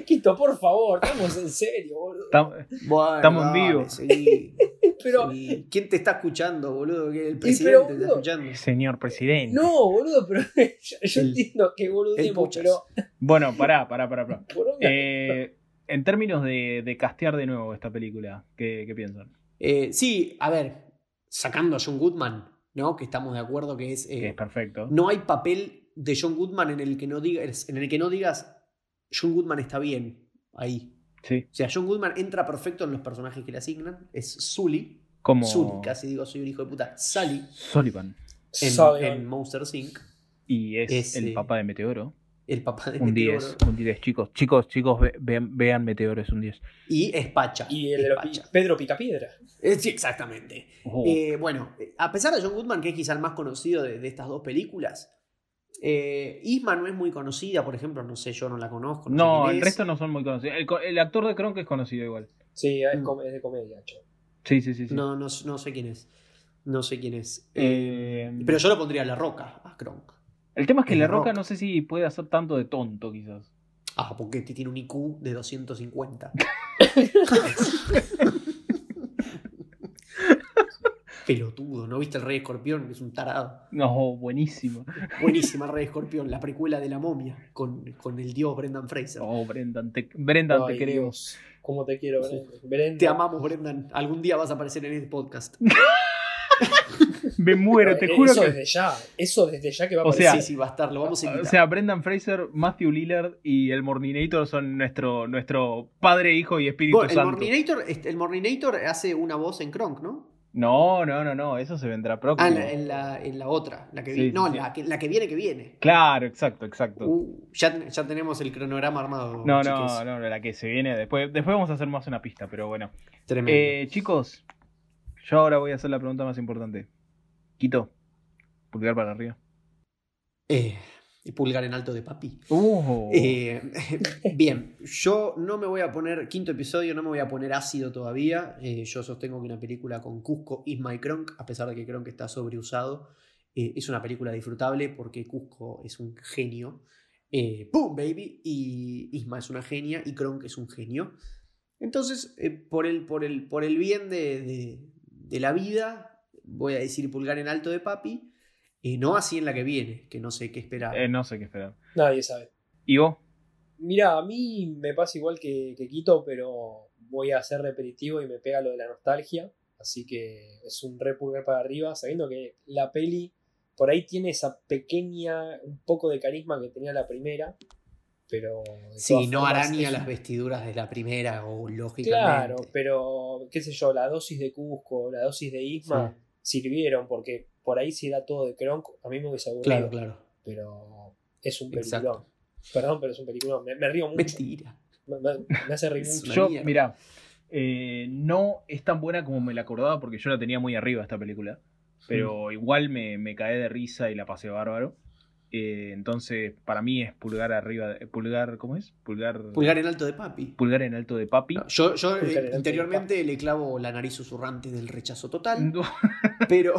Speaker 3: Quito, por favor, estamos en serio, boludo.
Speaker 1: Tam- Estamos en vivo.
Speaker 3: Pero,
Speaker 2: ¿Quién te está escuchando, boludo? Que el
Speaker 3: pero,
Speaker 2: presidente te está
Speaker 3: boludo,
Speaker 2: escuchando.
Speaker 1: Señor presidente.
Speaker 3: no, boludo, pero yo, yo
Speaker 2: El-
Speaker 3: entiendo que boludo,
Speaker 2: el puchas.
Speaker 3: pero
Speaker 1: Bueno, pará, pará, pará, pará.
Speaker 3: por una-
Speaker 1: Eh, en términos de, de castear de nuevo esta película, ¿qué, qué piensan?
Speaker 2: Eh, sí, a ver, sacando a John Goodman, ¿no? Que estamos de acuerdo que es. eh,
Speaker 1: Que es perfecto.
Speaker 2: no hay papel de John Goodman en el que no digas, en el que no digas John Goodman está bien ahí.
Speaker 1: Sí,
Speaker 2: O sea, John Goodman entra perfecto en los personajes que le asignan. Es Sully.
Speaker 1: como
Speaker 2: Sully, casi digo, soy un hijo de puta. Sully
Speaker 1: Sullivan.
Speaker 2: en,
Speaker 3: Sabe,
Speaker 2: en Monster Inc.
Speaker 1: Y es,
Speaker 2: Es,
Speaker 1: el
Speaker 2: eh,
Speaker 1: papá de Meteoro.
Speaker 2: El papá de
Speaker 1: Un
Speaker 2: Meteoro.
Speaker 1: 10, un 10. Chicos, chicos, chicos, ve- vean, vean Meteoro, es un 10.
Speaker 2: Y es Pacha.
Speaker 3: y el
Speaker 2: Es
Speaker 3: de los pi-
Speaker 2: Pacha.
Speaker 3: Pedro Picapiedra.
Speaker 2: Eh, Sí, exactamente.
Speaker 1: Oh,
Speaker 2: Eh, bueno, eh, a pesar de John Goodman, que es quizá el más conocido de, de estas dos películas, eh, Isma no es muy conocida, por ejemplo, no sé, yo no la conozco. sé
Speaker 1: no,
Speaker 2: quién
Speaker 1: el
Speaker 2: es.
Speaker 1: resto no son muy conocidos. El, co- el actor de Kronk es conocido igual.
Speaker 3: Sí, es,
Speaker 2: Mm.
Speaker 3: com- es de comedia, che.
Speaker 1: Sí, sí, sí. sí.
Speaker 2: No, no, no sé quién es. No sé quién es.
Speaker 1: Eh,
Speaker 2: Pero yo lo pondría a La Roca, a Kronk.
Speaker 1: el tema es que
Speaker 2: es
Speaker 1: La
Speaker 2: la
Speaker 1: Roca,
Speaker 2: Roca.
Speaker 1: no sé si puede hacer tanto de tonto, quizás.
Speaker 2: Ah, porque este tiene un IQ de 250. Pelotudo, ¿no viste el Rey Escorpión? Que es un tarado.
Speaker 1: No, buenísimo.
Speaker 2: Buenísima Rey Escorpión, la precuela de la momia, con, con el dios Brendan Fraser.
Speaker 1: Oh, Brendan, te, Brendan, te
Speaker 3: Ay,
Speaker 1: queremos.
Speaker 3: Dios, ¿Cómo te quiero, Brenda? Brenda.
Speaker 2: Te amamos, Brendan. Algún día vas a aparecer en este podcast.
Speaker 1: Me muero, te juro
Speaker 3: eh, eso
Speaker 1: que.
Speaker 3: desde ya, eso desde ya que va a
Speaker 1: O sea,
Speaker 3: aparecer.
Speaker 2: sí, sí, va a estar, lo vamos a
Speaker 1: O
Speaker 2: invitar.
Speaker 1: sea, Brendan Fraser, Matthew Lillard y el Morninator son nuestro, nuestro padre, hijo y espíritu
Speaker 2: Bueno, el,
Speaker 1: santo.
Speaker 2: Morninator, este, el Morninator hace una voz en Kronk, ¿no?
Speaker 1: No, no, no, no, eso se vendrá próximo.
Speaker 2: Ah, en la, en la- en la otra, la que
Speaker 1: Sí,
Speaker 2: viene.
Speaker 1: sí,
Speaker 2: no,
Speaker 1: sí.
Speaker 2: La, que, la que viene, que viene.
Speaker 1: Claro, exacto, exacto.
Speaker 2: Uh, ya, ten- ya tenemos el cronograma armado.
Speaker 1: no,
Speaker 2: chiques.
Speaker 1: no, no, no, la que se viene después. Después vamos a hacer más una pista, pero bueno.
Speaker 2: Tremendo.
Speaker 1: Eh, chicos, yo ahora voy a hacer la pregunta más importante. Quito, pulgar para arriba.
Speaker 2: Eh, y pulgar en alto de papi.
Speaker 1: Uh,
Speaker 2: Eh, bien, yo no me voy a poner, quinto episodio, no me voy a poner ácido todavía. Eh, yo sostengo que una película con Cusco y My Kronk, a pesar de que Kronk está sobreusado, eh, es una película disfrutable porque Cusco es un genio. Eh, ¡Boom, baby! Y Isma es una genia y Kronk es un genio. Entonces, eh, por, el, por, el, por el bien de, de- de la vida, voy a decir pulgar en alto de papi, y no así en la que viene, que no sé qué esperar.
Speaker 1: Eh, no sé qué esperar.
Speaker 3: Nadie sabe.
Speaker 1: ¿Y vos?
Speaker 3: Mira, a mí me pasa igual que, que Quito, pero voy a ser repetitivo y me pega lo de la nostalgia. Así que es un re pulgar para arriba, sabiendo que la peli por ahí tiene esa pequeña, un poco de carisma que tenía la primera, pero... de
Speaker 2: sí,
Speaker 3: todas
Speaker 2: no
Speaker 3: formas
Speaker 2: araña
Speaker 3: es-
Speaker 2: las vestiduras de la primera, o lógicamente.
Speaker 3: Claro, pero qué sé yo, la dosis de Cusco, la dosis de
Speaker 2: Sí,
Speaker 3: Isma sirvieron, porque por ahí si da todo de Kronk, a mí me hubiese aburrido,
Speaker 2: claro, claro.
Speaker 3: pero es un peliculón.
Speaker 2: Exacto.
Speaker 3: Perdón, pero es un peliculón. Me, me río mucho,
Speaker 2: Mentira.
Speaker 3: me, me- me hace reír
Speaker 2: Es una
Speaker 3: mucho.
Speaker 1: Yo,
Speaker 2: mierda.
Speaker 1: mira, no es tan buena como me la acordaba porque yo la tenía muy arriba esta película. Pero igual me, me caí de risa y la pasé bárbaro. Eh, entonces, para mí es pulgar arriba. eh, Pulgar, ¿cómo es? Pulgar,
Speaker 2: Pulgar en alto de papi.
Speaker 1: pulgar en alto de papi.
Speaker 2: No, yo yo, eh,
Speaker 3: Pulgar en alto de
Speaker 2: interiormente le clavo la nariz susurrante del rechazo total,
Speaker 1: No.
Speaker 2: pero,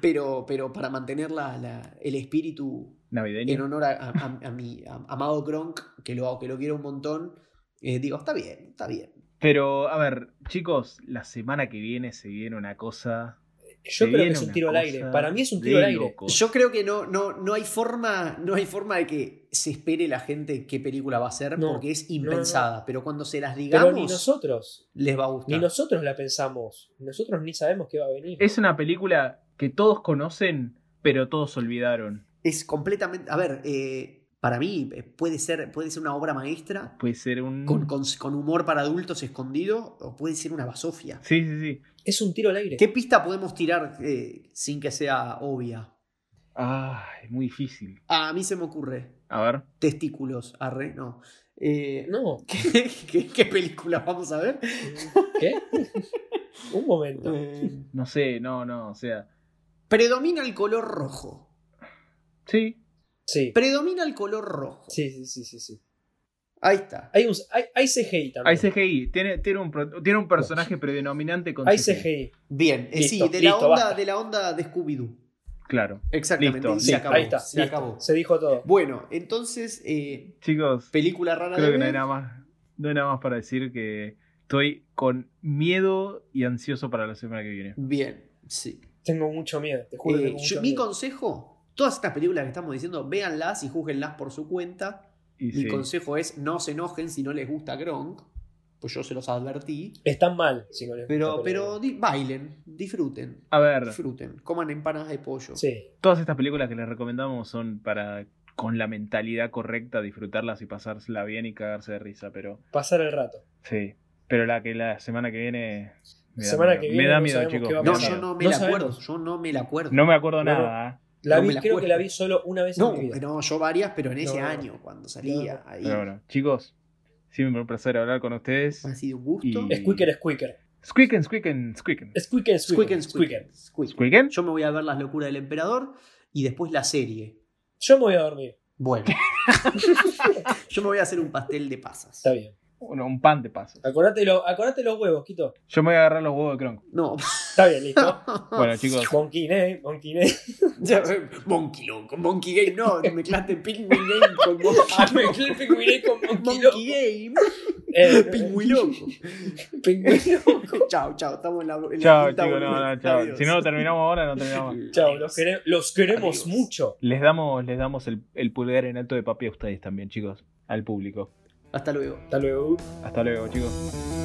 Speaker 2: pero, pero para mantener la- la- el espíritu en
Speaker 1: Navideño.
Speaker 2: honor a, a- a- a mi am- amado Gronk, que lo, que lo quiero un montón, eh, digo, está bien, está bien.
Speaker 1: Pero, a ver, chicos, la semana que viene se viene una cosa. se
Speaker 3: Yo creo que
Speaker 1: viene
Speaker 3: es un
Speaker 1: una
Speaker 3: tiro al
Speaker 1: cosa
Speaker 3: aire. Para mí es un
Speaker 1: de
Speaker 3: tiro al aire.
Speaker 1: loco.
Speaker 2: Yo creo que no, no, no, hay forma, no hay forma de que se espere la gente qué película va a ser,
Speaker 3: No,
Speaker 2: porque es
Speaker 3: no.
Speaker 2: impensada, pero cuando se las
Speaker 3: Pero ni
Speaker 2: digamos,
Speaker 3: nosotros,
Speaker 2: les va a gustar.
Speaker 3: ni nosotros la pensamos. Nosotros ni sabemos qué va a venir.
Speaker 1: Es una película que todos conocen, pero todos olvidaron.
Speaker 2: Es completamente, a ver, eh, para mí eh, puede ser, puede ser una obra maestra
Speaker 1: Puede ser un.
Speaker 3: Mm.
Speaker 2: con, con- con humor para adultos escondido, o puede ser una basofia.
Speaker 1: Sí, sí, sí.
Speaker 3: Es un tiro al aire.
Speaker 2: ¿Qué pista podemos tirar eh, sin que sea obvia?
Speaker 1: Ah, es muy difícil.
Speaker 2: A mí se me ocurre.
Speaker 1: A ver.
Speaker 2: Testículos, arre, no. Eh,
Speaker 3: No.
Speaker 2: ¿qué, qué, qué película vamos a ver?
Speaker 3: ¿Qué? un momento.
Speaker 2: Eh,
Speaker 1: No sé, no, no, o sea.
Speaker 2: predomina el color rojo.
Speaker 1: Sí.
Speaker 3: Sí.
Speaker 2: Predomina el color rojo.
Speaker 3: Sí, sí, sí, sí, sí.
Speaker 2: Ahí está.
Speaker 3: Hay, un, hay, hay CGI también.
Speaker 1: Hay CGI. Tiene, tiene, un, pro- tiene un personaje predominante con
Speaker 3: Hay
Speaker 1: CGI.
Speaker 3: CGI.
Speaker 2: Bien, eh, sí,
Speaker 3: Listo,
Speaker 2: de, la
Speaker 3: listo,
Speaker 2: onda,
Speaker 3: basta.
Speaker 2: de la onda de Scooby-Doo.
Speaker 1: Claro.
Speaker 2: Exactamente.
Speaker 1: Listo,
Speaker 2: y se
Speaker 1: listo.
Speaker 2: acabó.
Speaker 3: Ahí está.
Speaker 2: se
Speaker 3: listo.
Speaker 2: acabó.
Speaker 3: Se dijo todo.
Speaker 2: Bueno, entonces, eh,
Speaker 1: Chicos,
Speaker 2: película rara
Speaker 1: creo
Speaker 2: de
Speaker 1: que no hay
Speaker 2: ver.
Speaker 1: nada más. No hay nada más para decir que estoy con miedo y ansioso para la semana que viene.
Speaker 2: Bien, sí.
Speaker 3: Tengo mucho miedo, te juro. que
Speaker 2: Eh,
Speaker 3: tengo
Speaker 2: yo-
Speaker 3: mucho
Speaker 2: mi
Speaker 3: miedo.
Speaker 2: consejo, todas estas películas que estamos diciendo, véanlas y júguenlas por su cuenta.
Speaker 1: Y
Speaker 2: Mi
Speaker 1: sí.
Speaker 2: consejo es no se enojen si no les gusta Gronk, pues yo se los advertí.
Speaker 3: Están mal, si no les
Speaker 2: Pero,
Speaker 3: gusta,
Speaker 2: pero di- bailen, disfruten,
Speaker 1: A ver,
Speaker 2: disfruten, coman empanadas de pollo.
Speaker 3: Sí.
Speaker 1: todas estas películas que les recomendamos son para con la mentalidad correcta disfrutarlas y pasársela bien y cagarse de risa, pero
Speaker 3: Pasar el rato.
Speaker 1: sí, pero la que la semana que viene me da
Speaker 3: Semana
Speaker 1: miedo.
Speaker 3: que
Speaker 1: me
Speaker 3: viene
Speaker 1: da
Speaker 3: no
Speaker 1: miedo,
Speaker 3: sabemos
Speaker 1: chicos.
Speaker 3: qué va a
Speaker 1: me
Speaker 2: No,
Speaker 1: da
Speaker 3: pasar.
Speaker 2: yo
Speaker 1: miedo.
Speaker 2: no me
Speaker 3: No
Speaker 2: la
Speaker 3: sabemos.
Speaker 2: acuerdo, yo no me la acuerdo.
Speaker 1: No me acuerdo
Speaker 3: No, no.
Speaker 1: nada. ¿eh?
Speaker 3: La
Speaker 2: No
Speaker 3: vi,
Speaker 2: me la
Speaker 3: creo que la
Speaker 2: acuerdo.
Speaker 3: vi solo una vez
Speaker 2: No,
Speaker 3: en mi vida.
Speaker 2: no, yo varias, pero en ese
Speaker 3: No, no.
Speaker 2: año, cuando salía. Ahí,
Speaker 1: Pero bueno, chicos, siempre un placer hablar con ustedes.
Speaker 2: Ha sido un gusto.
Speaker 1: Y-
Speaker 3: Squeaker, squeaker.
Speaker 1: Squeaken, squeaken, squeaken.
Speaker 2: Squeaken,
Speaker 3: Squeaker, squeaker.
Speaker 2: squeaken,
Speaker 3: Squeaker.
Speaker 2: squeaken.
Speaker 1: ¿Squeaken?
Speaker 2: Yo me voy a ver Las locuras del emperador y después la serie.
Speaker 3: Yo me voy a dormir.
Speaker 2: Bueno. Yo me voy a hacer un pastel de pasas.
Speaker 3: Está bien.
Speaker 1: Bueno, un pan de paso.
Speaker 3: Acordate, lo- acordate los huevos, Quito.
Speaker 1: Yo me voy a agarrar los huevos de Kronk.
Speaker 2: No.
Speaker 3: Está bien, listo.
Speaker 2: Oh,
Speaker 1: Bueno, chicos,
Speaker 3: Monkey eh, Name, Monkey Name.
Speaker 2: Ya, eh, Monkey loco. Monkey Game, no. te Mezclaste Pingüin Game con
Speaker 1: Ah,
Speaker 2: Monkey
Speaker 3: Ah, me el pingüiné con
Speaker 2: Monkey Game.
Speaker 3: Eh,
Speaker 2: Pingüin loco.
Speaker 3: pingüino.
Speaker 2: Chao, chao. Estamos en la. en la
Speaker 1: eh. chao,
Speaker 2: quinta
Speaker 1: chicos, no,
Speaker 2: boluda.
Speaker 1: no, chao.
Speaker 2: Adiós.
Speaker 1: Si no lo terminamos ahora, no terminamos.
Speaker 3: Chao, los, quere- los queremos
Speaker 2: Adiós.
Speaker 3: mucho.
Speaker 1: Les damos, les damos el, el pulgar en alto de papi a ustedes también, chicos. Al público.
Speaker 2: Hasta luego.
Speaker 3: Hasta luego.
Speaker 1: Hasta luego, chicos.